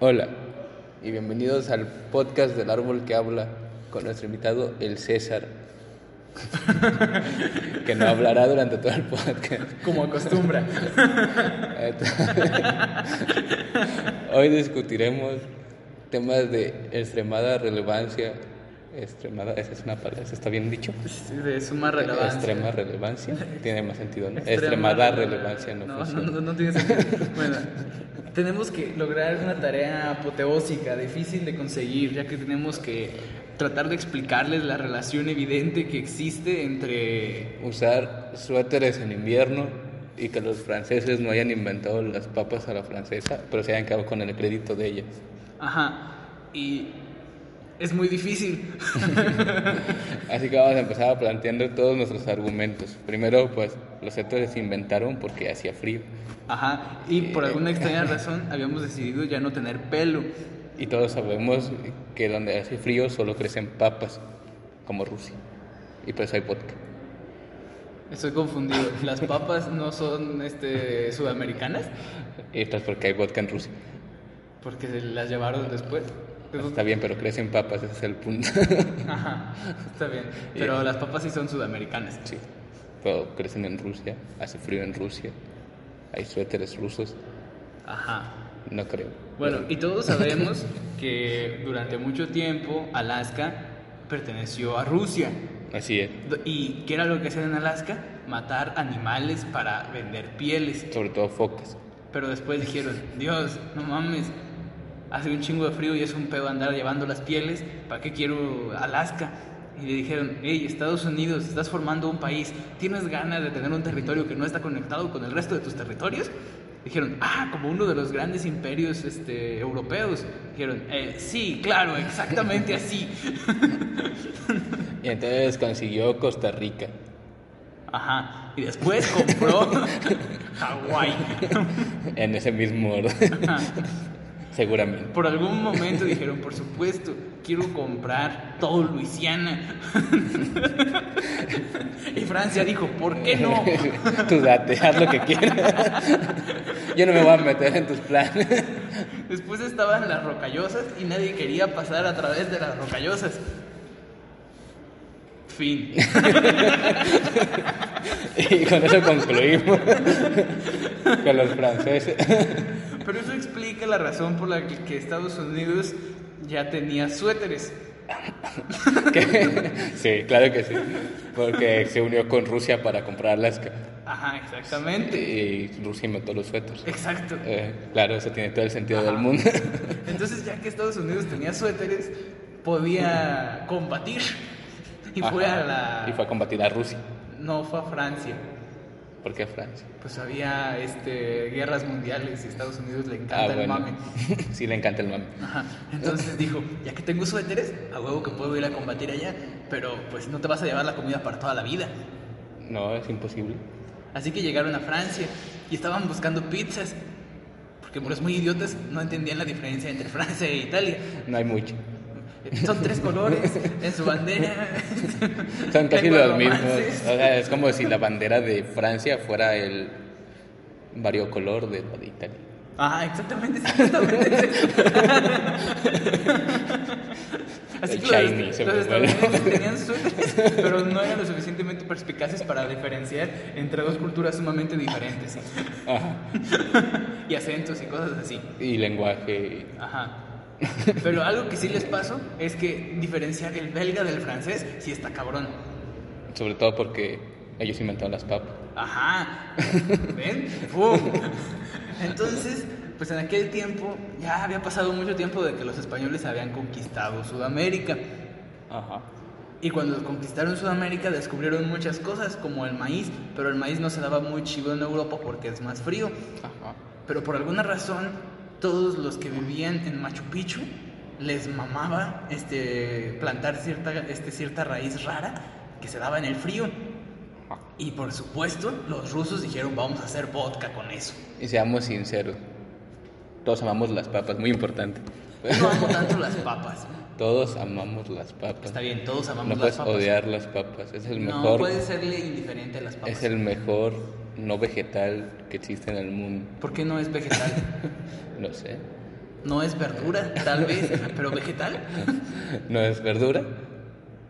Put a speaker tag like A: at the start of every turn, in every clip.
A: Hola y bienvenidos al podcast del árbol que habla con nuestro invitado el César, que no hablará durante todo el podcast.
B: Como acostumbra.
A: Hoy discutiremos temas de extremada relevancia, extremada, esa es una palabra, ¿eso está bien dicho?
B: De suma relevancia.
A: Extrema relevancia, tiene más sentido, ¿no?
B: Extrema
A: Extremada
B: rele-
A: relevancia no,
B: no, no,
A: funciona.
B: no, no tiene sentido. Bueno, tenemos que lograr una tarea apoteósica, difícil de conseguir, ya que tenemos que tratar de explicarles la relación evidente que existe entre...
A: Usar suéteres en invierno y que los franceses no hayan inventado las papas a la francesa, pero se hayan quedado con el crédito de ellas.
B: Ajá, y es muy difícil.
A: Así que vamos a empezar planteando todos nuestros argumentos. Primero, pues los suéteres se inventaron porque hacía frío
B: Ajá, y por
A: Eh,
B: alguna extraña razón habíamos decidido ya no tener pelo.
A: y todos sabemos que donde hace frío solo crecen papas, como Rusia. Y por eso hay vodka.
B: Estoy confundido. ¿Las papas no son este, sudamericanas?
A: Esto es porque hay vodka en Rusia.
B: Porque se las llevaron después. Eso-
A: Ah, Está bien, pero crecen papas, ese es el punto.
B: Ajá, está bien. Pero las papas sí son sudamericanas.
A: sí, pero crecen en Rusia, hace frío en Rusia, hay suéteres rusos,
B: Ajá.
A: no creo.
B: Bueno, y todos sabemos que durante mucho tiempo Alaska perteneció a Rusia.
A: Así es,
B: Do- ¿Y qué era lo que hacían en Alaska? Matar animales para vender pieles.
A: sobre todo focas.
B: Pero después dijeron, Dios, no mames, hace un chingo de frío y es un pedo andar llevando las pieles, ¿para qué quiero Alaska? Y le dijeron, hey, Estados Unidos, estás formando un país, ¿tienes ganas de tener un territorio que no está conectado con el resto de tus territorios? Dijeron, ah, como uno de los grandes imperios este, europeos. Dijeron, "Eh, sí, claro, exactamente así.
A: Y entonces consiguió Costa Rica.
B: Ajá, y después compró Hawái.
A: En ese mismo orden, seguramente.
B: Por algún momento dijeron, por supuesto, quiero comprar todo Luisiana. y Francia dijo, ¿por qué no?
A: Tú date, haz lo que quieras. Yo no me voy a meter en tus planes.
B: Después estaban las rocallosas y nadie quería pasar a través de las rocallosas. Fin.
A: Y con eso concluimos. Con los franceses.
B: Pero eso explica la razón por la que que Estados Unidos ya tenía suéteres.
A: Que- Sí, claro que sí. Porque se unió con Rusia para comprar Alaska.
B: Ajá, exactamente.
A: Y Rusia inventó los suéteres.
B: Exacto.
A: Eh, claro, eso tiene todo el sentido
B: Ajá.
A: del mundo.
B: Entonces, ya que Estados Unidos tenía suéteres, podía combatir. Y fue a la.
A: Y fue a combatir a Rusia.
B: No, fue a Francia.
A: ¿Por qué a Francia?
B: Pues había este, guerras mundiales y Estados Unidos le encanta
A: Ah,
B: el
A: bueno.
B: mame.
A: Sí, le encanta el mame.
B: Ajá. Entonces dijo, ya que tengo suéteres, a huevo que puedo ir a combatir allá, pero pues no te vas a llevar la comida para toda la vida.
A: No, es imposible.
B: Así que llegaron a Francia y estaban buscando pizzas, porque los muy idiotas no entendían la diferencia entre Francia e Italia.
A: No hay mucho.
B: Son tres colores en su bandera.
A: Son casi
B: Tengo
A: los mismos.
B: romances.
A: O sea, es como si la bandera de Francia fuera el variocolor de la de Italia.
B: Ah, exactamente, exactamente. Así
A: El
B: que
A: shiny,
B: los,
A: se
B: los
A: me fue.
B: estadounidenses tenían suéteres, pero no eran lo suficientemente perspicaces para diferenciar entre dos culturas sumamente diferentes. ¿sí?
A: Ajá.
B: Y acentos y cosas así.
A: Y lenguaje.
B: Ajá. Pero algo que sí les pasó es que diferenciar el belga del francés sí está cabrón.
A: Sobre todo porque ellos inventaron las papas.
B: Ajá. ¿Ven? ¡Pum! Entonces, pues en aquel tiempo ya había pasado mucho tiempo de que los españoles habían conquistado Sudamérica.
A: Ajá.
B: Y cuando conquistaron Sudamérica descubrieron muchas cosas, como el maíz, pero el maíz no se daba muy chido en Europa porque es más frío.
A: Ajá.
B: Pero por alguna razón, todos los que vivían en Machu Picchu les mamaba este, plantar cierta, este, cierta raíz rara que se daba en el frío.
A: Ajá.
B: Y por supuesto, los rusos dijeron, vamos a hacer vodka con eso.
A: Y seamos sinceros. Todos amamos las papas, muy importante.
B: No amo tanto las papas.
A: Todos amamos las papas.
B: Está bien, todos amamos
A: no puedes
B: las papas.
A: odiar las papas. Es el
B: No
A: mejor.
B: puedes serle indiferente a las papas.
A: es el mejor no vegetal que existe en el mundo.
B: ¿Por qué no es vegetal?
A: No sé.
B: No es verdura, tal vez, pero vegetal.
A: ¿No es verdura?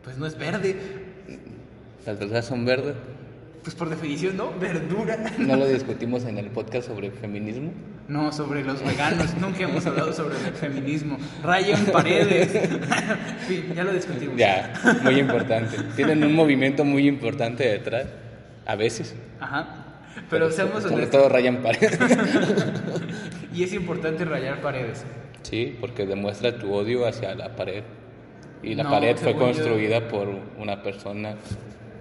B: Pues no es verde.
A: ¿Las verduras son verdes?
B: Pues por definición, ¿no? Verdura.
A: ¿No lo discutimos en el podcast sobre feminismo?
B: No, sobre los veganos. Nunca hemos hablado sobre el feminismo. Rayan paredes. Fin, ya lo discutimos.
A: Ya, muy importante. Tienen un movimiento muy importante detrás, a veces.
B: Ajá. Pero seamos
A: sobre
B: honestos.
A: todo rayan paredes.
B: Y es importante rayar paredes.
A: Sí, porque demuestra tu odio hacia la pared. Y la
B: No,
A: pared fue
B: según yo-
A: construida por una persona,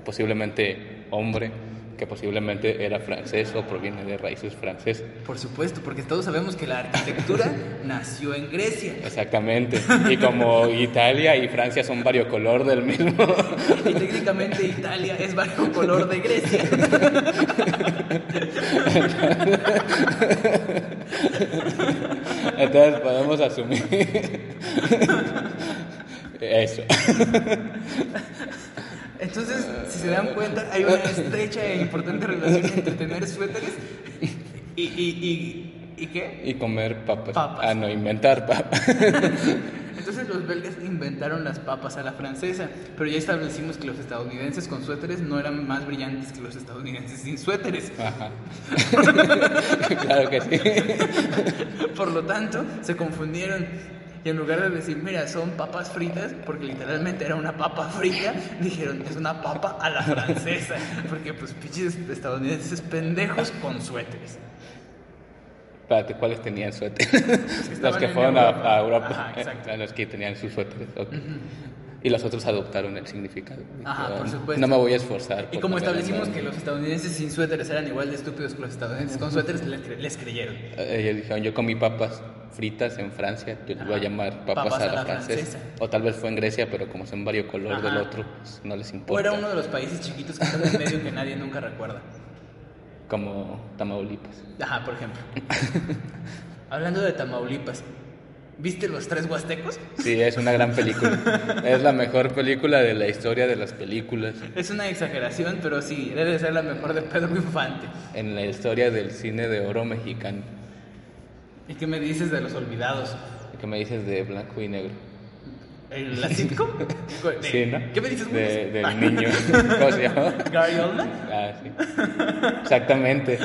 A: posiblemente hombre, que posiblemente era francés o proviene de raíces francesas.
B: Por supuesto, porque todos sabemos que la arquitectura nació en Grecia.
A: Exactamente. Y como Italia y Francia son variocolor del mismo.
B: Y técnicamente Italia es bajo color de Grecia.
A: Entonces podemos asumir eso.
B: Entonces, si se dan cuenta, hay una estrecha e importante relación entre tener suéteres y, y, y, ¿y qué.
A: Y comer papas.
B: Papas.
A: Ah, no, inventar papas.
B: Entonces los belgas inventaron las papas a la francesa, pero ya establecimos que los estadounidenses con suéteres no eran más brillantes que los estadounidenses sin suéteres.
A: Ajá. claro que sí.
B: Por lo tanto, se confundieron. Y en lugar de decir, mira, son papas fritas, porque literalmente era una papa frita, dijeron, es una papa a la francesa. Porque, pues, pinches estadounidenses pendejos con suéteres.
A: Espérate, ¿cuáles tenían suéter?
B: estaban
A: los que
B: en
A: fueron a-
B: Europa.
A: a Europa.
B: Ajá, exacto.
A: eh, los que tenían sus suéteres. ok. Y los otros adoptaron el significado.
B: Ajá,
A: Dijeron,
B: por supuesto.
A: No me voy a esforzar.
B: Y
A: por
B: como
A: comer
B: establecimos
A: algo".
B: que los estadounidenses sin suéteres eran igual de estúpidos que los estadounidenses con suéteres, les, cre- les creyeron.
A: Eh, Ellos dijeron, yo comí papas fritas en Francia, yo les voy a
B: Ajá.
A: llamar papas, a la, francesa.
B: francesa.
A: O tal vez fue en Grecia, pero como son varios color
B: Ajá.
A: del otro, pues, no les
B: O
A: importa.
B: era uno de los países chiquitos que están en medio que nadie nunca recuerda.
A: Como Tamaulipas.
B: Ajá, por ejemplo. Hablando de Tamaulipas, ¿viste los tres huastecos?
A: Sí, es una gran película. es la mejor película de la historia de las películas.
B: Es una exageración, pero sí, debe ser la mejor de Pedro Infante.
A: En la historia del cine de oro mexicano.
B: ¿Y qué me dices de los olvidados?
A: ¿Qué me dices de blanco y negro?
B: ¿El- ¿La sitcom? De-
A: Sí, ¿no?
B: ¿Qué me dices?
A: De-
B: Ah.
A: del niño. ¿Cómo se llama?
B: Gary Oldman.
A: Ah, sí. Exactamente.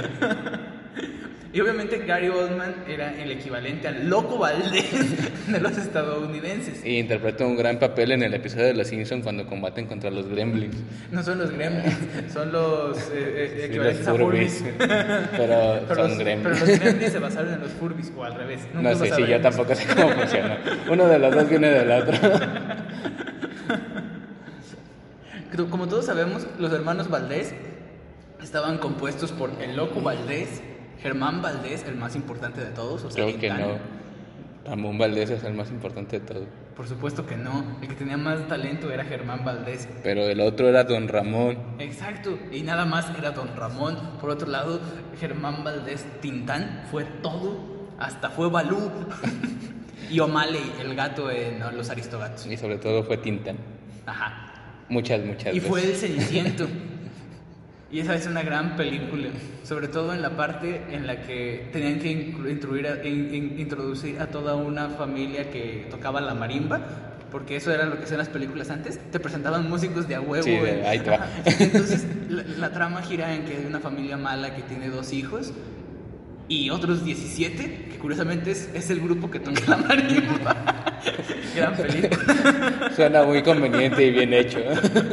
B: Y obviamente Gary Oldman era el equivalente al loco Valdés de los estadounidenses.
A: Y interpreta un gran papel en el episodio de Los Simpsons cuando combaten contra los gremlins.
B: No son los gremlins, son los eh, eh,
A: Sí, los
B: equivalentes a
A: Furbies.
B: Furbies.
A: Pero, son
B: los,
A: gremlins.
B: pero los gremlins se basaron en los Furbies, o al revés. Nunca
A: no
B: lo
A: sé, sí, yo
B: sabremos.
A: tampoco sé cómo funciona. Uno de los dos viene del otro.
B: Pero Como todos sabemos, los hermanos Valdés estaban compuestos por el loco Valdés, Germán Valdés, el más importante de todos, o sea,
A: Creo que
B: Quintana.
A: no. Ramón Valdés es el más importante de todos.
B: Por supuesto que no, el que tenía más talento era Germán Valdés.
A: Pero el otro era Don Ramón.
B: Exacto, y nada más era Don Ramón. Por otro lado, Germán Valdés Tintán fue todo, hasta fue Balú. y O'Malley, el gato en Los Aristogatos.
A: Y sobre todo fue Tintan.
B: Ajá.
A: Muchas, muchas
B: Y
A: veces.
B: fue El Ceniciento. Y esa es una gran película, sobre todo en la parte en la que tenían que inclu- intruir a- in- in- introducir a toda una familia que tocaba la marimba, porque eso era lo que hacían las películas antes, te presentaban músicos de a huevo.
A: Sí, de-
B: en-
A: ahí te va.
B: Ajá. Entonces la, la trama gira en que hay una familia mala que tiene dos hijos y otros 17, que curiosamente es, es el grupo que toca la marimba. gran película.
A: Suena muy conveniente y bien hecho.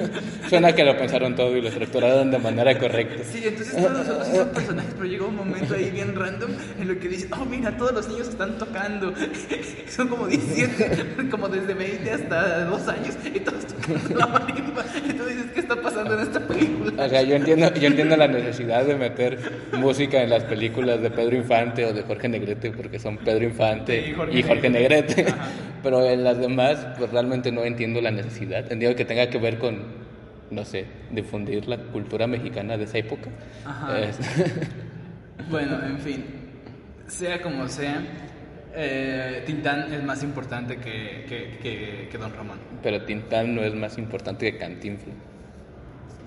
A: Suena que lo pensaron todo y lo estructuraron de manera correcta.
B: Sí, entonces todos los otros sí son personajes, pero llega un momento ahí bien random en lo que dices, oh, mira, todos los niños están tocando. Son como 17, como desde 20 hasta 2 años, y todos tocando la marimba. Y tú dices, ¿qué está pasando en esta película?
A: O sea, yo entiendo, yo entiendo la necesidad de meter música en las películas de Pedro Infante o de Jorge Negrete, porque son Pedro Infante
B: Sí,
A: y
B: Jorge
A: Jorge,
B: Negrete.
A: Negrete.
B: Ajá.
A: Pero en las demás, pues realmente no entiendo la necesidad. Entiendo que tenga que ver con, no sé, difundir la cultura mexicana de esa época.
B: Ajá.
A: Es-
B: Bueno, en fin, sea como sea, eh, Tintán es más importante que, que, que, que Don Ramón.
A: pero Tintán no es más importante que Cantinflas.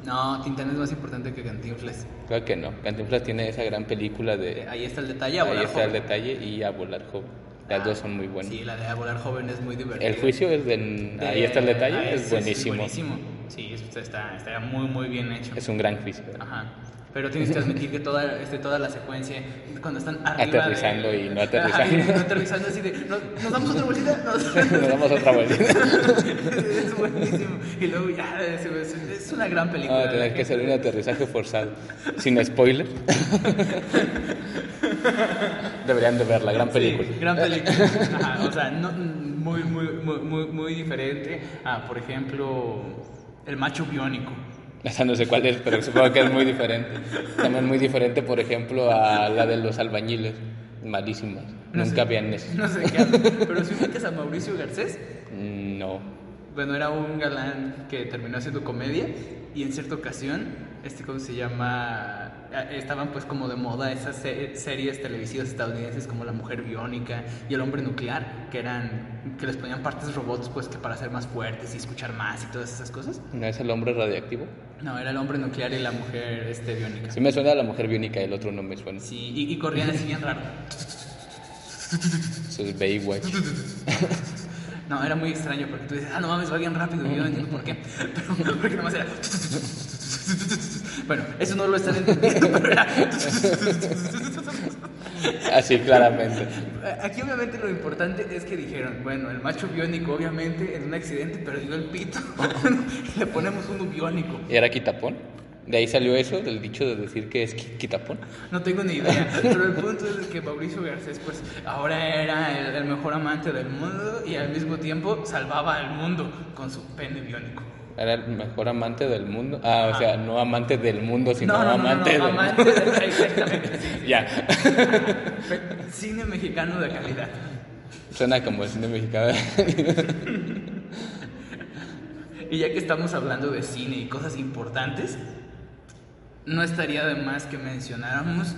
B: No, Tintán es más importante que Cantinflas.
A: Creo que no. Cantinflas tiene esa gran película de...
B: Eh, Ahí está el detalle,
A: Ahí
B: ahora
A: está el detalle y a volar joven. Las dos son muy buenas.
B: Sí, la de A Volar Joven es muy divertida.
A: El juicio es del...
B: De-
A: ahí está el detalle,
B: ah,
A: es, buenísimo.
B: buenísimo. Sí, es- pues, está, está muy, muy bien hecho.
A: Es un gran juicio.
B: Ajá. Pero tienes que admitir que toda, este, toda la secuencia, cuando están arriba
A: Aterrizando
B: de-
A: y no aterrizando.
B: Ajá, y no aterrizando, así de, ¿nos, nos damos otra vueltita? Nos-
A: Nos damos otra vuelta.
B: es buenísimo. Y luego ya, es, es una gran película. ¿eh?
A: Vamos a tener que hacer un aterrizaje forzado. Sin spoiler. Deberían de ver la gran
B: Sí,
A: película.
B: gran película. Ajá, o sea, no- muy, muy, muy, muy, muy diferente a, por ejemplo, El Macho Biónico.
A: Esa no sé cuál es, pero supongo que es muy diferente. También muy diferente, por ejemplo, a la de los albañiles. Malísimas.
B: No
A: Nunca
B: sé-
A: habían eso.
B: No sé qué hablo, Pero si ubicas a Mauricio Garcés,
A: Mm, No.
B: Bueno, era un galán que terminó haciendo comedia y en cierta ocasión, este, ¿cómo se llama? Ah, Estaban pues como de moda esas se- series televisivas estadounidenses como La Mujer Biónica y El Hombre Nuclear, que eran, que les ponían partes robots pues que para ser más fuertes y escuchar más y todas esas cosas.
A: ¿No es el hombre radioactivo?
B: No, era El Hombre Nuclear y La Mujer este, Biónica.
A: Sí me suena a la mujer biónica, el otro no me suena.
B: Sí, y, y corrían así bien raro.
A: Eso es Baywatch.
B: No, era muy extraño porque tú dices, ah, no mames, va bien rápido. Y yo no entiendo por qué. Pero porque nomás era. Bueno, eso no lo están entendiendo, pero era.
A: Así claramente.
B: Aquí, obviamente, lo importante es que dijeron, bueno, el macho biónico, obviamente, en un accidente perdió el pito. Le ponemos uno biónico.
A: ¿Y era quitapón? De ahí salió eso, del dicho de decir que es qui- quitapón.
B: No tengo ni idea, pero el punto es que Mauricio Garcés, pues, ahora era el, el mejor amante del mundo y al mismo tiempo salvaba al mundo con su pene biónico.
A: Era el mejor amante del mundo. Ah, o sea, no amante del mundo, sino amante del
B: amante del- exactamente. sí.
A: Ya.
B: Cine mexicano de calidad.
A: Suena como el cine mexicano.
B: Y ya que estamos hablando de cine y cosas importantes, no estaría de más que mencionáramos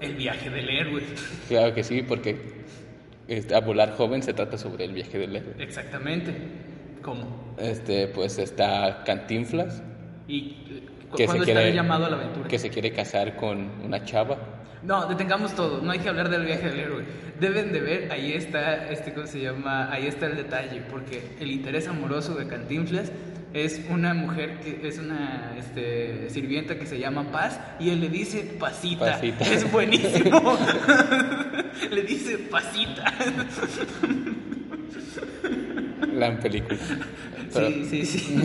B: el viaje del héroe.
A: claro que sí, porque este, a volar joven se trata sobre el viaje del héroe.
B: Exactamente. ¿Cómo?
A: Este, pues está Cantinflas,
B: ¿Y cu-
A: Que se
B: cuándo
A: quiere-
B: estará llamado a la aventura?
A: que se quiere casar con una chava.
B: No, detengamos todo, no hay que hablar del viaje del héroe. Deben de ver, ahí está, este, ¿cómo se llama? Ahí está el detalle, porque el interés amoroso de Cantinflas es una mujer, que es una este, sirvienta que se llama Paz, y él le dice Pasita.
A: Pasita.
B: Es buenísimo. le dice Pasita.
A: Gran película. Pero-
B: Sí, sí, sí.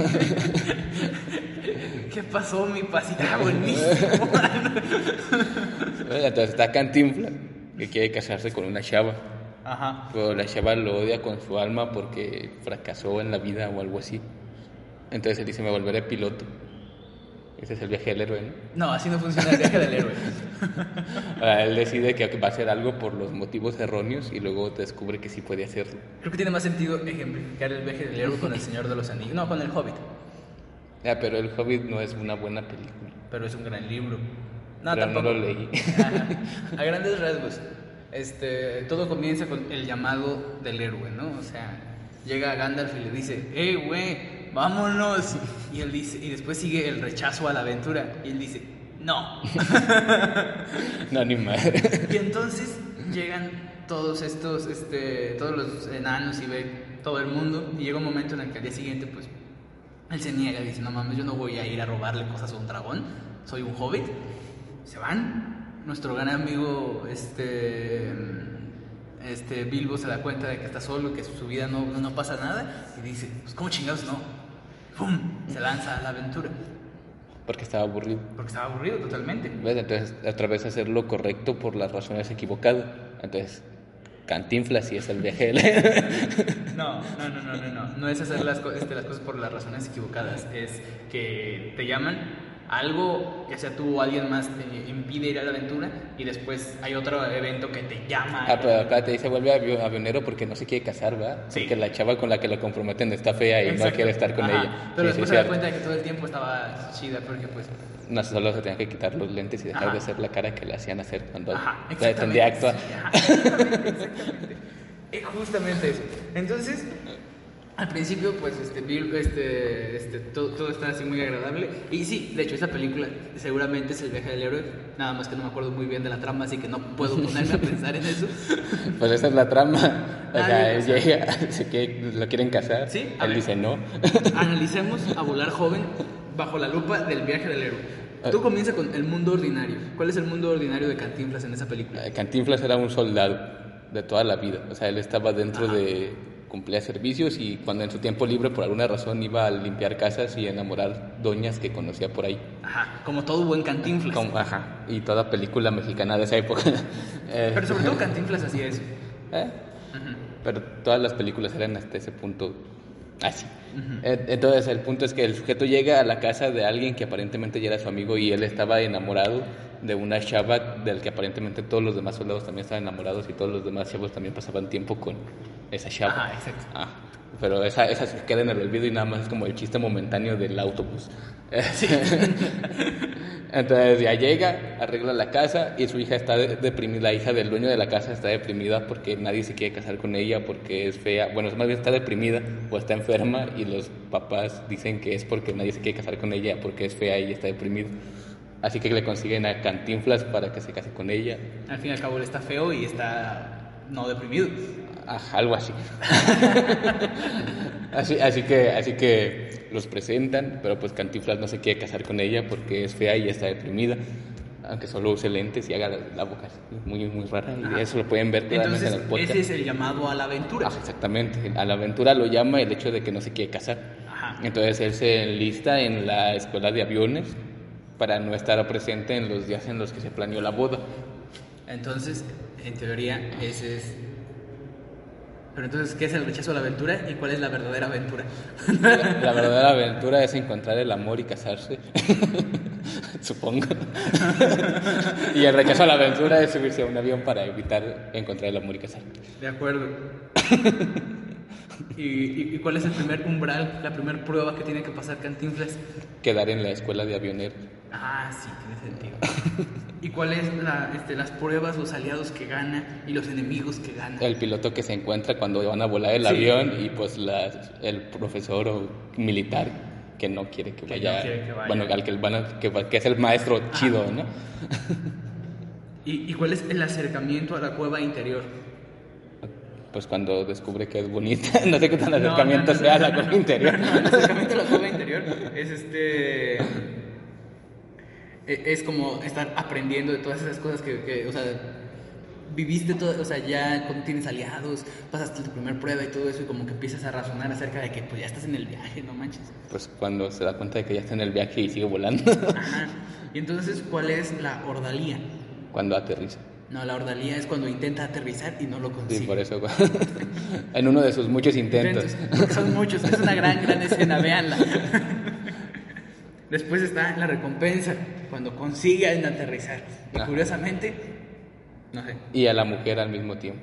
B: ¿Qué pasó, mi Pasita? Buenísimo.
A: Bueno, Entonces está Cantinflas, que quiere casarse con una chava.
B: Ajá.
A: Pero la chava lo odia con su alma porque fracasó en la vida o algo así. Entonces él dice, me volveré piloto. Ese es el viaje del héroe, ¿no?
B: No, así no funciona el viaje del héroe.
A: Ahora, Ah, él decide que va a hacer algo por los motivos erróneos y luego descubre que sí puede hacerlo.
B: Creo que tiene más sentido ejemplificar el viaje del héroe con el Señor de los Anillos. No, con el Hobbit.
A: Ya, Ah, pero El Hobbit no es una buena película.
B: Pero es un gran libro. No,
A: Pero no
B: tampoco.
A: lo leí.
B: Ajá. A grandes rasgos. Este, todo comienza con el llamado del héroe, ¿no? O sea, llega Gandalf y le dice, ¡Ey, güey! ¡Vámonos! Y él dice, y después sigue el rechazo a la aventura. Y él dice, ¡No!
A: No, ni madre.
B: Y entonces llegan todos estos, este, todos los enanos y ve todo el mundo. Y llega un momento en el que al día siguiente, pues, él se niega y dice, no mames, yo no voy a ir a robarle cosas a un dragón, soy un hobbit. Se van. Nuestro gran amigo, este, este Bilbo se da cuenta de que está solo, que su vida no, no pasa nada. Y dice, pues, ¿cómo chingados no? ¡Pum! Se lanza a la aventura.
A: Porque estaba aburrido.
B: Porque estaba aburrido totalmente.
A: ¿Ves? Entonces, a través de hacer lo correcto por las razones equivocadas. Entonces, Cantinflas sí es el viaje del héroe.
B: No, no, no, no, no, no. No es hacer las, co- este, las cosas por las razones equivocadas. Es que te llaman algo, ya sea tú o alguien más, te impide ir a la aventura y después hay otro evento que te llama.
A: Ah, pero acá te dice vuelve avio- avionero porque no se quiere casar, ¿verdad?
B: Sí.
A: Porque la chava con la que lo comprometen está fea y no
B: Exacto.
A: quiere estar con
B: Ajá.
A: ella.
B: Pero
A: Sí, sí,
B: después se da
A: cierto.
B: cuenta de que todo el tiempo estaba chida porque pues...
A: No solo se tenía que quitar los lentes y dejar
B: Ajá.
A: de hacer la cara que le hacían hacer cuando
B: Ajá,
A: o sea, tendía a actuar.
B: Sí, ajá, exactamente, exactamente. Es justamente eso. Eh, Entonces, Al principio, pues, este, Bill- este, este, todo, todo está así muy agradable. Y sí, de hecho, esa película seguramente es el viaje del héroe. Nada más que no me acuerdo muy bien de la trama, así que no puedo ponerme a pensar en eso.
A: Pues esa es la trama. O sea,
B: Nadie-
A: él llega, se quiere- lo quieren casar.
B: Sí, a
A: él
B: ver.
A: dice no.
B: Analicemos a volar joven bajo la lupa del viaje del héroe.
A: Eh.
B: Tú comienza con el mundo ordinario. ¿Cuál es el mundo ordinario de Cantinflas en esa película?
A: Cantinflas era un soldado de toda la vida. O sea, él estaba dentro de. cumplía servicios y cuando en su tiempo libre, por alguna razón, iba a limpiar casas y enamorar doñas que conocía por ahí.
B: Ajá, como todo buen Cantinflas.
A: Eh. Como- ajá. Y toda película mexicana de esa época. Eh,
B: Pero sobre todo Cantinflas hacía eso.
A: eh,
B: Ujú.
A: Pero todas las películas eran hasta ese punto así. Eh, Entonces el punto es que el sujeto llega a la casa de alguien que aparentemente ya era su amigo y él estaba enamorado de una chava del que aparentemente todos los demás soldados también estaban enamorados y todos los demás chavos también pasaban tiempo con esa chava.
B: Ajá, exacto.
A: Ah, pero esa, esa se queda en el olvido y nada más es como el chiste momentáneo del autobús. Entonces ya llega, arregla la casa y su hija está de- deprimida, la hija del dueño de la casa está deprimida porque nadie se quiere casar con ella porque es fea, bueno, más bien está deprimida o está enferma y los papás dicen que es porque nadie se quiere casar con ella porque es fea y está deprimida. Así que le consiguen a Cantinflas para que se case con ella,
B: Al fin y al cabo él está feo y está no deprimido.
A: Ajá, algo así. así. Así que así que los presentan, pero pues Cantinflas no se quiere casar con ella porque es fea y está deprimida. Aunque solo use lentes y haga la, la boca así, muy, muy rara. Y
B: Ajá.
A: eso lo pueden ver claramente
B: Ah. Entonces,
A: en el podcast.
B: ese es el llamado a la aventura.
A: Ajá, exactamente. A la aventura lo llama el hecho de que no se quiere casar.
B: Ajá.
A: Entonces él se enlista en la escuela de aviones para no estar presente en los días en los que se planeó la boda.
B: Entonces, en teoría, ese es... Pero entonces, ¿qué es el rechazo a la aventura y cuál es la verdadera aventura?
A: La verdadera aventura es encontrar el amor y casarse. Supongo. y el rechazo a la aventura es subirse a un avión para evitar encontrar el amor y casarse.
B: De acuerdo. ¿Y, y- y cuál es el primer umbral, la primera prueba que tiene que pasar Cantinflas?
A: Quedar en la escuela de avioneros.
B: Ah, sí, tiene sentido. ¿Y cuál es la, este, las pruebas, los aliados que gana y los enemigos que gana?
A: El piloto que se encuentra cuando van a volar el
B: Sí.
A: avión y pues las- el profesor o militar que no quiere que
B: Que no
A: vaya.
B: quiere que vaya.
A: Bueno, al que, van a- que, va- que es el maestro chido, ¿no?
B: ¿Y, y cuál es el acercamiento a la cueva interior?
A: Pues cuando descubre que es bonita. no sé qué tan
B: No, no,
A: acercamiento
B: no,
A: sea
B: no,
A: la
B: no,
A: cosa
B: no.
A: interior.
B: No, no, el acercamiento a la cueva interior es este. e- Es como estar aprendiendo de todas esas cosas que, que, o sea, viviste todo, o sea, ya cuando tienes aliados, pasaste tu primer prueba y todo eso, y como que empiezas a razonar acerca de que pues ya estás en el viaje, no manches.
A: Pues cuando se da cuenta de que ya está en el viaje y sigue volando,
B: Ajá. Y entonces, ¿cuál es la ordalía?
A: cuando aterriza.
B: No, la ordalía es cuando intenta aterrizar y no lo
A: Sí,
B: consigue.
A: por eso. en uno de sus muchos intentos.
B: Intentos, porque son muchos, es una gran, gran escena, véanla. Después está la recompensa, cuando consigan aterrizar. Y
A: Ajá.
B: curiosamente, no sé.
A: Y a la mujer al mismo tiempo.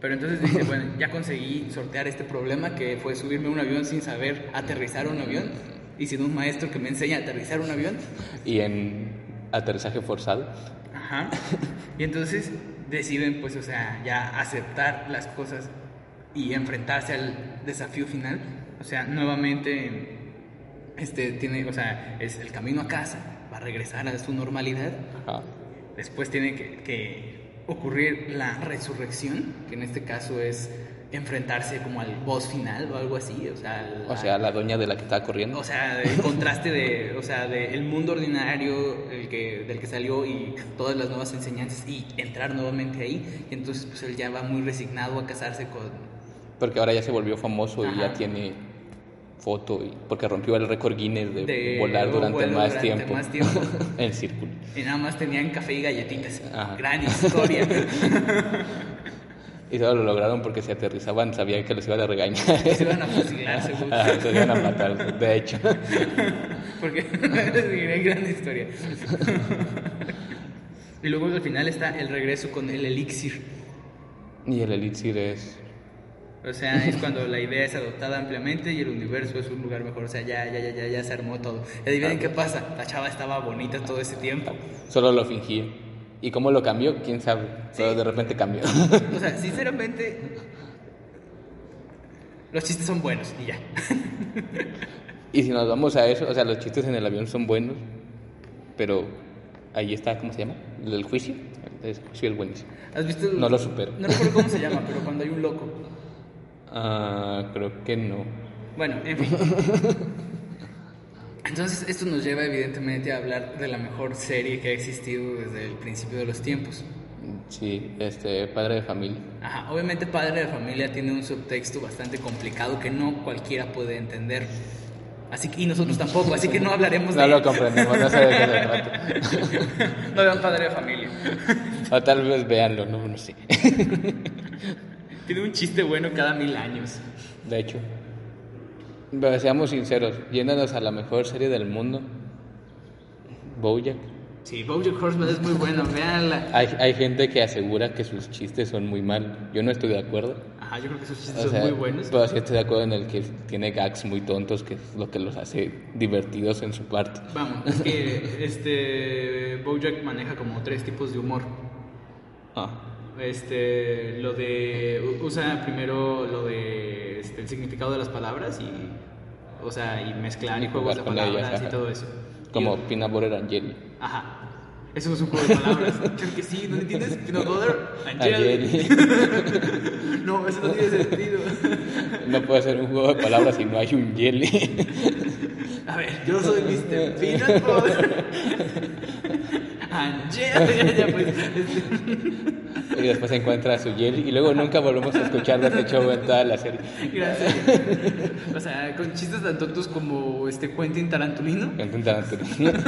B: Pero entonces dice, bueno, ya conseguí sortear este problema que fue subirme a un avión sin saber aterrizar un avión y sin un maestro que me enseña a aterrizar un avión.
A: Y en aterrizaje forzado.
B: Ajá. Y entonces deciden, pues, o sea, ya aceptar las cosas y enfrentarse al desafío final. O sea, nuevamente, este tiene, o sea, es el camino a casa, va a regresar a su normalidad.
A: Ajá.
B: Después tiene que, que ocurrir la resurrección, que en este caso es enfrentarse como al boss final o algo así, o sea, la-
A: O sea, la doña de la que estaba corriendo.
B: o sea, el contraste de, o sea, de el mundo ordinario el que, del que salió y todas las nuevas enseñanzas y entrar nuevamente ahí. Y entonces, pues él ya va muy resignado a casarse con.
A: Porque ahora ya se volvió famoso y ya
B: Ajá.
A: tiene foto. y- porque rompió el récord Guinness de,
B: De
A: volar durante,
B: vuelo
A: más,
B: durante
A: tiempo.
B: más tiempo.
A: en círculo.
B: Y nada más tenían café y galletitas.
A: Ajá.
B: Gran historia.
A: Y solo lo lograron porque si aterrizaban sabían que los iban a regañar.
B: Se iban a fusilar, seguro.
A: Ajá, se iban a matar, de hecho.
B: Porque es gran historia. Y luego al final está el regreso con el elixir.
A: Y el elixir es
B: O sea, es cuando la idea es adoptada ampliamente y el universo es un lugar mejor. O sea, ya, ya, ya, ya, ya se armó todo. Adivinen qué pasa. La chava estaba bonita todo ese tiempo.
A: Solo lo fingí. ¿Y cómo lo cambió? ¿Quién sabe? Pero
B: Sí.
A: de repente cambió.
B: O sea, sinceramente, Los chistes son buenos y ya.
A: Y si nos vamos a eso, o sea, los chistes en el avión son buenos, pero ahí está, ¿cómo se llama? El juicio. El juicio es buenísimo.
B: ¿Has visto?
A: No lo supero.
B: No recuerdo cómo se llama, pero cuando hay un loco.
A: Ah, creo que no.
B: Bueno, en fin. Entonces, esto nos lleva evidentemente a hablar de la mejor serie que ha existido desde el principio de los tiempos.
A: Sí, este, padre de familia.
B: Ajá, obviamente Padre de Familia tiene un subtexto bastante complicado que no cualquiera puede entender. Así que, y nosotros tampoco, así que no hablaremos
A: No
B: de
A: lo comprendemos, no sé de qué se trata.
B: No vean Padre de Familia.
A: O tal vez véanlo, no, no sé.
B: Tiene un chiste bueno cada mil años.
A: De hecho. Pero seamos sinceros, yéndonos a la mejor serie del mundo, Bojack.
B: Sí, Bojack Horseman es muy bueno, véanla.
A: Hay, hay gente que asegura que sus chistes son muy mal. Yo no estoy de acuerdo.
B: Ajá, yo creo que esos
A: O
B: chistes son
A: sea, pues
B: muy buenos.
A: Pero sí estoy de acuerdo en el que tiene gags muy tontos, que es lo que los hace divertidos en su parte.
B: Vamos, es que este Bojack maneja como tres tipos de humor.
A: Ah,
B: Este, lo de usa primero lo de este, el significado de las palabras y o sea, y mezclar y juegos de
A: jugar con ellas,
B: palabras y
A: ajá.
B: todo eso.
A: como
B: Y-
A: Peanut Butter and Jelly.
B: ajá. Eso es un juego de palabras. Creo que sí, ¿no entiendes? Peanut butter and jelly.
A: Jelly.
B: No, eso no tiene sentido.
A: No puede ser un juego de palabras si no hay un jelly.
B: A ver, yo soy Mr. Peanut Butter. And jelly. Ya, pues, este,
A: y después encuentra su jelly. Y luego nunca volvemos a escuchar de este show en toda la serie.
B: Gracias. O sea, con chistes tan tontos como este Quentin Tarantulino.
A: Quentin Tarantino.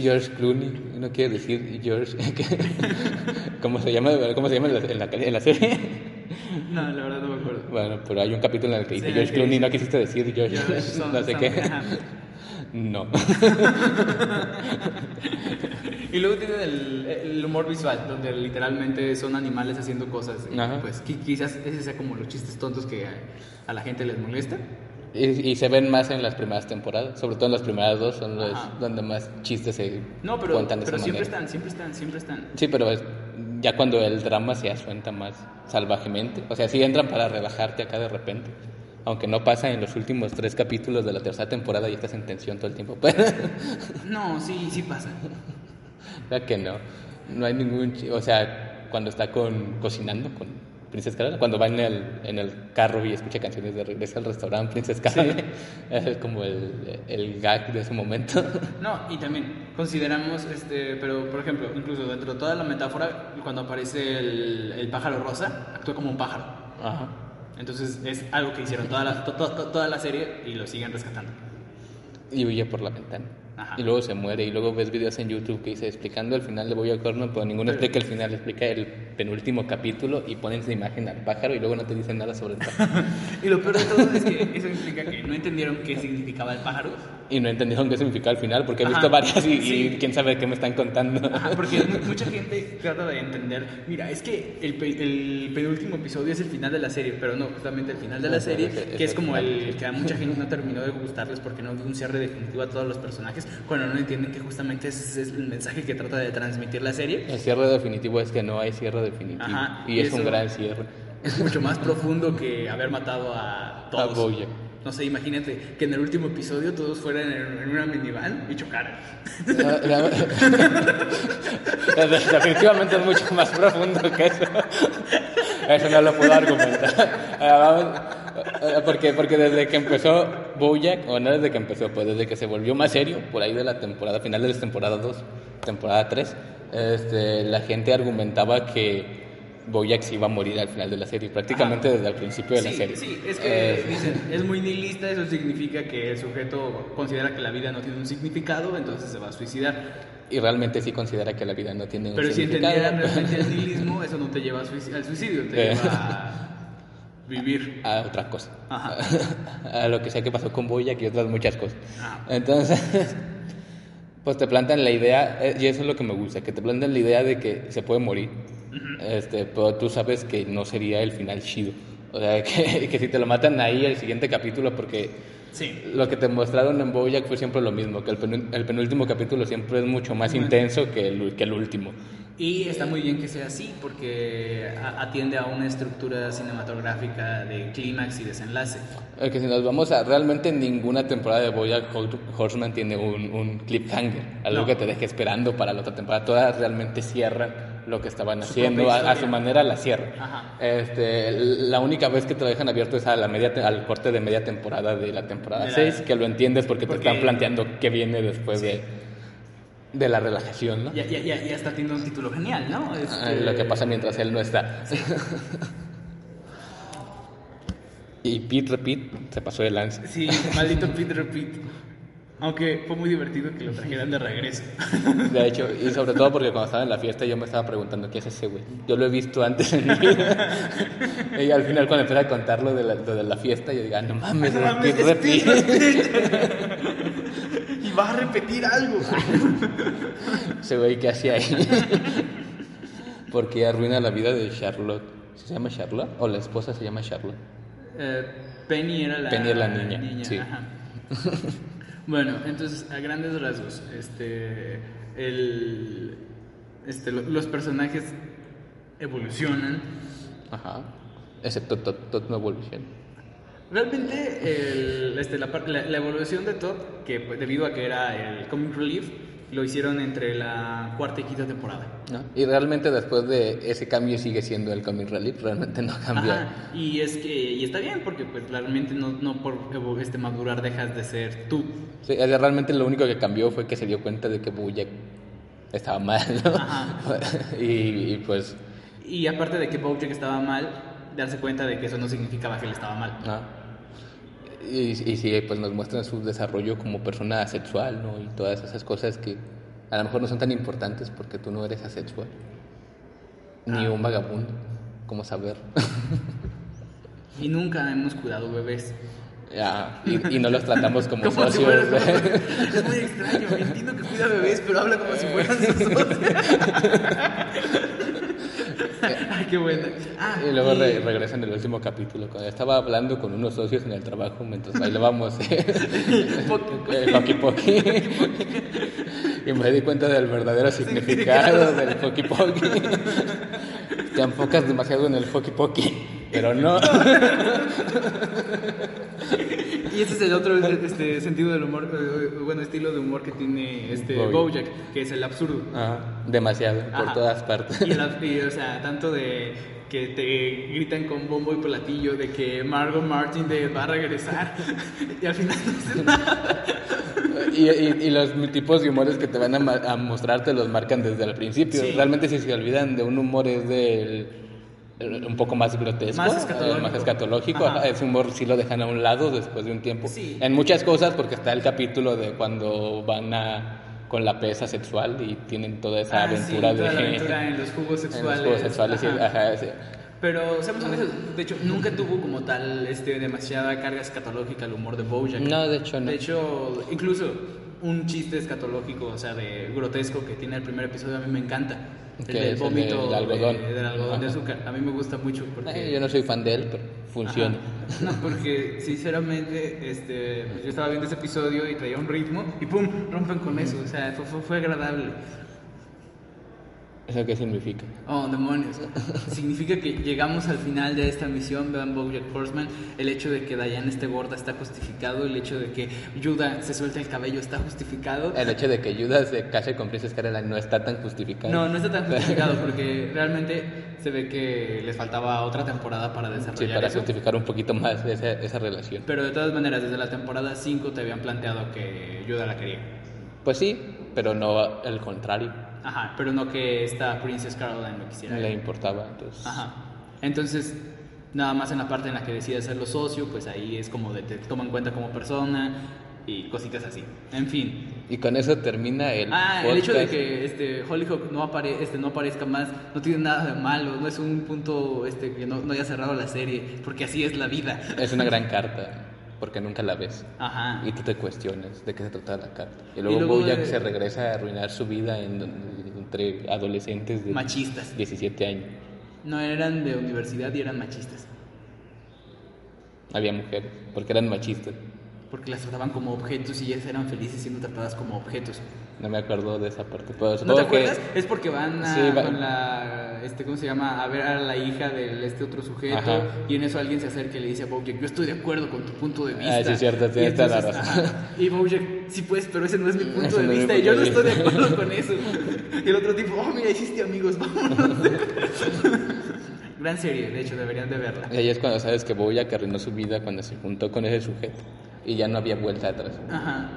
A: George Clooney, no quiere decir George. ¿Cómo se llama, ¿Cómo se llama en la, en la- en la serie?
B: No, la verdad no me acuerdo.
A: Bueno, pero hay un capítulo en el que dice
B: Sí,
A: George
B: sí.
A: Clooney, no quisiste decir George,
B: George, son-
A: no sé
B: son-
A: qué.
B: ajá.
A: No.
B: Y luego tienen el, el humor visual, donde literalmente son animales haciendo cosas. Y,
A: Ajá.
B: Pues qui- quizás ese sea como los chistes tontos que a, a la gente les molesta.
A: Y, y se ven más en las primeras temporadas, sobre todo en las primeras dos, son los,
B: Ajá.
A: donde más chistes se
B: No, pero,
A: cuentan de
B: pero
A: esa
B: siempre
A: manera.
B: están, siempre están, siempre están.
A: Sí, pero es- ya cuando el drama se asuenta más salvajemente, o sea, sí entran para relajarte acá de repente, aunque no pasa en los últimos tres capítulos de la tercera temporada y estás en tensión todo el tiempo. Pues,
B: No, sí, sí pasa.
A: ya que no, no hay ningún, chi- o sea, cuando está con cocinando con Princesa Carol, cuando va en el, en el carro y escucha canciones de regreso al restaurante Princesa Carol, es como el, el gag de ese momento.
B: No, y también consideramos, este, pero por ejemplo, incluso dentro de toda la metáfora, cuando aparece el, el pájaro rosa, actúa como un pájaro.
A: Ajá.
B: Entonces es algo que hicieron toda la, to- to- to- toda la serie y lo siguen rescatando.
A: y huye por la ventana.
B: Ajá.
A: Y luego se muere. Y luego ves videos en YouTube que dice explicando el final de Boya Corno, pero ninguno
B: Pero-
A: explica el final, explica el penúltimo capítulo y ponen esa imagen al pájaro y luego no te dicen nada sobre el pájaro.
B: Y lo peor de todo es que eso implica que no entendieron qué significaba el pájaro.
A: y no entendieron qué significaba el final porque he
B: Ajá.
A: visto varias y, y
B: Sí.
A: quién sabe qué me están contando.
B: Ajá, porque mu- mucha gente trata de entender, mira, es que el, pe- el penúltimo episodio es el final de la serie, pero no, justamente el final de la
A: Ajá,
B: serie,
A: ese- ese
B: que es como
A: final.
B: el que a mucha gente no terminó de gustarles porque no dio un cierre definitivo a todos los personajes, cuando no entienden que justamente ese es el mensaje que trata de transmitir la serie.
A: El cierre definitivo es que no hay cierre definitivo.
B: Ajá,
A: Y,
B: y
A: es un
B: eso-
A: gran cierre.
B: Es mucho más profundo que haber matado a todos.
A: A Bojack.
B: No sé, imagínate que en el último episodio todos fueran en, en una minivan y chocaran.
A: Ah, ah, Definitivamente es mucho más profundo que eso. Eso no lo puedo argumentar. Ah, vamos, ah, ah, Porque, porque desde que empezó Bojack, o no desde que empezó, pues desde que se volvió más serio, por ahí de la temporada, final de la temporada 2, temporada 3, este, la gente argumentaba que Bojack se iba a morir al final de la serie, prácticamente desde el principio de la
B: sí,
A: serie.
B: sí, es que
A: Eh,
B: dicen, es muy nihilista, eso significa que el sujeto considera que la vida no tiene un significado, entonces se va a suicidar.
A: y realmente sí considera que la vida no tiene un
B: Pero si
A: significado.
B: entendieran realmente el nihilismo, eso no te lleva a suici- al suicidio, te
A: Eh.
B: lleva a vivir.
A: a otra cosa.
B: Ajá.
A: a lo que sea que pasó con Boyac y otras muchas cosas.
B: Ah.
A: Entonces, pues te plantan la idea, eh, y eso es lo que me gusta, que te plantan la idea de que se puede morir, este, pero tú sabes que no sería el final chido. O sea, que, que si te lo matan ahí el siguiente capítulo, porque
B: Sí.
A: lo que te mostraron en Boyac fue siempre lo mismo, que el, penu- el penúltimo capítulo siempre es mucho más intenso que el, ul- que el último.
B: Y está muy bien que sea así porque a- atiende a una estructura cinematográfica de clímax y desenlace.
A: Eh, que si nos vamos a realmente ninguna temporada de Bojack Hor- Horseman tiene un, un cliffhanger, algo
B: No.
A: que te deje esperando para la otra temporada. Todas realmente cierran lo que estaban
B: Su
A: haciendo,
B: propia
A: a, a su
B: historia.
A: manera la cierran.
B: Ajá.
A: Este, la única vez que te lo dejan abierto es a la media te- al corte de media temporada de la temporada
B: De la-
A: 6, que lo entiendes porque,
B: porque-
A: te están planteando qué viene después de, de la relajación, ¿no?
B: Ya, ya, ya, ya está tiene un título genial, ¿no?
A: Ah,
B: Este-
A: Lo que pasa mientras él no está. y Pete, repite, se pasó de lanza.
B: Sí, maldito Peter Pitt. Aunque fue muy divertido que lo trajeran de regreso.
A: De hecho, y sobre todo porque cuando estaba en la fiesta yo me estaba preguntando qué es ese güey. Yo lo he visto antes en mi vida. Y al final cuando empecé a contar lo de la, lo de la fiesta, yo digo, "Ah, no mames,
B: No mames,
A: repite,
B: es Peter
A: repite".
B: Pitt. pues, Y va a repetir algo.
A: Ese güey que hacía ahí. Porque arruina la vida de Charlotte. ¿Se llama Charlotte? ¿O la esposa se llama Charlotte?
B: Eh, Penny era la,
A: Penny era la niña, sí.
B: ajá. bueno, entonces, a grandes rasgos, este, el, este, lo- los personajes evolucionan.
A: Ajá. Excepto Todd, Todd no evoluciona.
B: Realmente, el- este, la, par- la- la evolución de Todd, que pues, debido a que era el Comic Relief, lo hicieron entre la cuarta y quinta temporada.
A: ¿no? Y realmente después de ese cambio sigue siendo el comic relief, realmente no cambió.
B: Ajá, y es que y está bien porque pues realmente no, no por evo- este madurar dejas de ser tú.
A: Sí, o sea, realmente lo único que cambió fue que se dio cuenta de que Bojack estaba mal, ¿no?
B: Ajá.
A: y, y, pues,
B: Y aparte de que Bojack estaba mal, darse cuenta de que eso no significaba que él estaba mal.
A: ¿no? Y, y sí, pues nos muestran su desarrollo como persona asexual, ¿no? Y todas esas cosas que a lo mejor no son tan importantes porque tú no eres asexual. Ni
B: Ah.
A: un vagabundo, como saber.
B: Y nunca hemos cuidado bebés.
A: Ya, y, y no los tratamos como ¿eh?
B: Como si
A: socios.
B: fueran- es muy extraño, entiendo que cuida bebés, pero habla como si fueran sus socios. Ay, qué buena. Ah,
A: Y luego
B: y-
A: re- regresa en el último capítulo, cuando estaba hablando con unos socios en el trabajo mientras bailábamos eh, eh, Poki Poki. y me di cuenta del verdadero significado del Poki Poki. Te enfocas demasiado en el Poki Poki, pero no.
B: Y ese es el otro este, sentido del humor, eh, bueno, estilo de humor que tiene este
A: Bojack.
B: Bojack, que es el absurdo.
A: Ah, demasiado, por
B: Ajá.
A: todas partes.
B: Y, la- y, o sea, tanto de que te gritan con bombo y platillo de que Margot Martin de- va a regresar y al final no hace nada.
A: Y, y- y los tipos de humores que te van a, ma- a mostrar te los marcan desde el principio.
B: Sí.
A: Realmente si se olvidan de un humor es del el- un poco más grotesco,
B: Más escatológico.
A: eh, más escatológico.
B: Ajá.
A: Ajá, Ese humor sí lo dejan a un lado después de un tiempo.
B: Sí.
A: En muchas cosas porque está el capítulo de cuando van a con la pesa sexual y tienen toda esa
B: Ah, sí,
A: aventura
B: toda
A: de
B: la aventura en los jugos
A: en los
B: sexuales.
A: juegos sexuales. y-
B: Ajá.
A: ajá, sí.
B: Pero seamos honestos, de hecho nunca tuvo como tal este demasiada carga escatológica el humor de Bojack.
A: No, de hecho no.
B: De hecho, incluso un chiste escatológico, o sea, de grotesco que tiene el primer episodio a mí me encanta. El
A: Que
B: del
A: es el
B: vómito
A: del algodón.
B: de- del algodón de
A: Ajá.
B: azúcar. A mí me gusta mucho porque
A: Eh, yo no soy fan de él, pero funciona.
B: Ajá. No, porque sinceramente, este, pues, yo estaba viendo ese episodio y traía un ritmo y pum, rompen con eso. O sea, fue, fue, fue agradable.
A: ¿Eso qué significa?
B: Oh, demonios. Significa que llegamos al final de esta misión, vean Bojack Horseman. El hecho de que Diane esté gorda está justificado. El hecho de que Judah se suelte el cabello está justificado.
A: El hecho de que Judas se case con Princess Caroline no está tan justificado.
B: No, no está tan justificado porque realmente se ve que les faltaba otra temporada para
A: Sí,
B: desarrollar
A: para
B: eso.
A: justificar un poquito más esa, esa relación.
B: Pero de todas maneras, desde la temporada 5 te habían planteado que Judah la quería.
A: Pues sí, pero no el contrario.
B: Ajá, pero no que esta Princess Caroline lo
A: No
B: quisiera.
A: le importaba, entonces.
B: Ajá. Entonces, nada más en la parte en la que decide hacerlo socio, pues ahí es como de te toman cuenta como persona y cositas así. En fin.
A: Y con eso termina el.
B: Ah, el hecho de
A: podcast.
B: que este Hollyhock no apare este no aparezca más no tiene nada de malo, no es un punto este que no, no haya cerrado la serie, porque así es la vida.
A: Es una gran carta, porque nunca la ves.
B: Ajá.
A: Y tú te cuestionas de qué se trata la carta. Y luego,
B: luego
A: Bojack
B: de-
A: se regresa a arruinar su vida en donde- entre adolescentes de
B: Machistas.
A: 17 años.
B: No eran de universidad y eran machistas,
A: Había mujeres, porque eran machistas.
B: porque las trataban como objetos y ellas eran felices siendo tratadas como objetos.
A: No me acuerdo de esa parte. Pero
B: ¿No te
A: supongo que.
B: acuerdas? Es porque van a,
A: Sí, va-
B: con la, este, ¿cómo se llama? A ver a la hija de este otro sujeto
A: Ajá.
B: y en eso alguien se acerca y le dice a Bojack, yo estoy de acuerdo con tu punto de vista.
A: Ah, sí, es cierto,
B: Y
A: tienes toda la
B: entonces,
A: razón.
B: ajá, Y Bojack, sí pues, pero ese no es mi punto
A: Ese
B: de
A: no es mi
B: vista y
A: punto
B: yo no
A: de
B: estoy de
A: vista".
B: acuerdo con eso. Y el otro tipo, oh, mira, hiciste amigos, vámonos. Gran serie, de hecho, deberían de verla.
A: Y ahí es cuando sabes que Bojack arruinó su vida cuando se juntó con ese sujeto. Y ya no había vuelta atrás.
B: Ajá.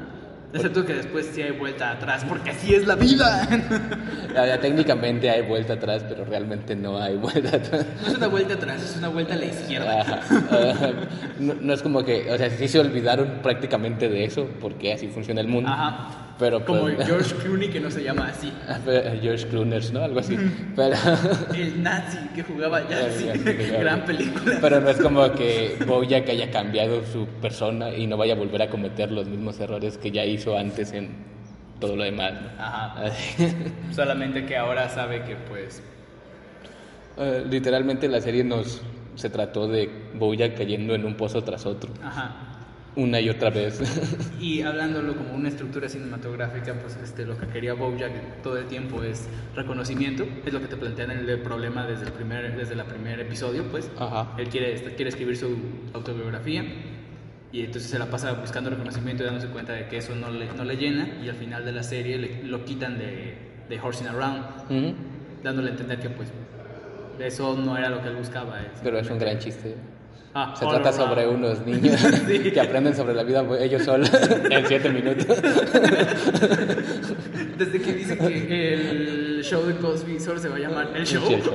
B: Excepto que después sí hay vuelta atrás, porque así es la vida.
A: Ya, ya técnicamente hay vuelta atrás, pero realmente no hay vuelta atrás.
B: No es una vuelta atrás, es una vuelta a la izquierda.
A: Ajá. Ah, no, no es como que, o sea, sí se olvidaron prácticamente de eso, porque así funciona el mundo.
B: Ajá.
A: Pero
B: Como
A: pues,
B: George Clooney que no se llama así.
A: pero- George Clooners, ¿no? Algo así. Pero,
B: El nazi que jugaba Yahtzee.
A: Ya, ya, ya.
B: Gran película.
A: pero no es como que Bojack haya cambiado su persona y no vaya a volver a cometer los mismos errores que ya hizo antes en todo lo demás. ¿no?
B: Ajá.
A: Así.
B: Solamente que ahora sabe que pues
A: Eh, literalmente la serie nos se trató de Bojack cayendo en un pozo tras otro,
B: ajá.
A: una y otra vez.
B: Y hablándolo como una estructura cinematográfica, pues este lo que quería Bojack todo el tiempo es reconocimiento, es lo que te plantean en el problema desde el primer desde el primer episodio, pues.
A: Ajá.
B: Él quiere, está- quiere escribir su autobiografía y entonces se la pasa buscando reconocimiento y dándose cuenta de que eso no le, no le llena y al final de la serie le- lo quitan de, de Horsing Around,
A: Ujú.
B: dándole a entender que pues eso no era lo que él buscaba. es-
A: Pero es un gran chiste.
B: Ah,
A: Se
B: all
A: trata
B: around.
A: sobre unos niños
B: Sí.
A: que aprenden sobre la vida ellos solos en siete minutos.
B: Desde que dicen que el show de Cosby solo se va a llamar el show.
A: Sí, el show.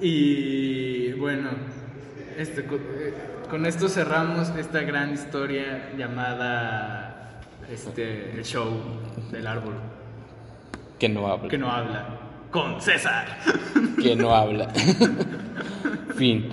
B: Y bueno, este, co- eh, con esto cerramos esta gran historia llamada este, el show del árbol
A: Que no habla.
B: que no habla con César.
A: Que no habla. fin.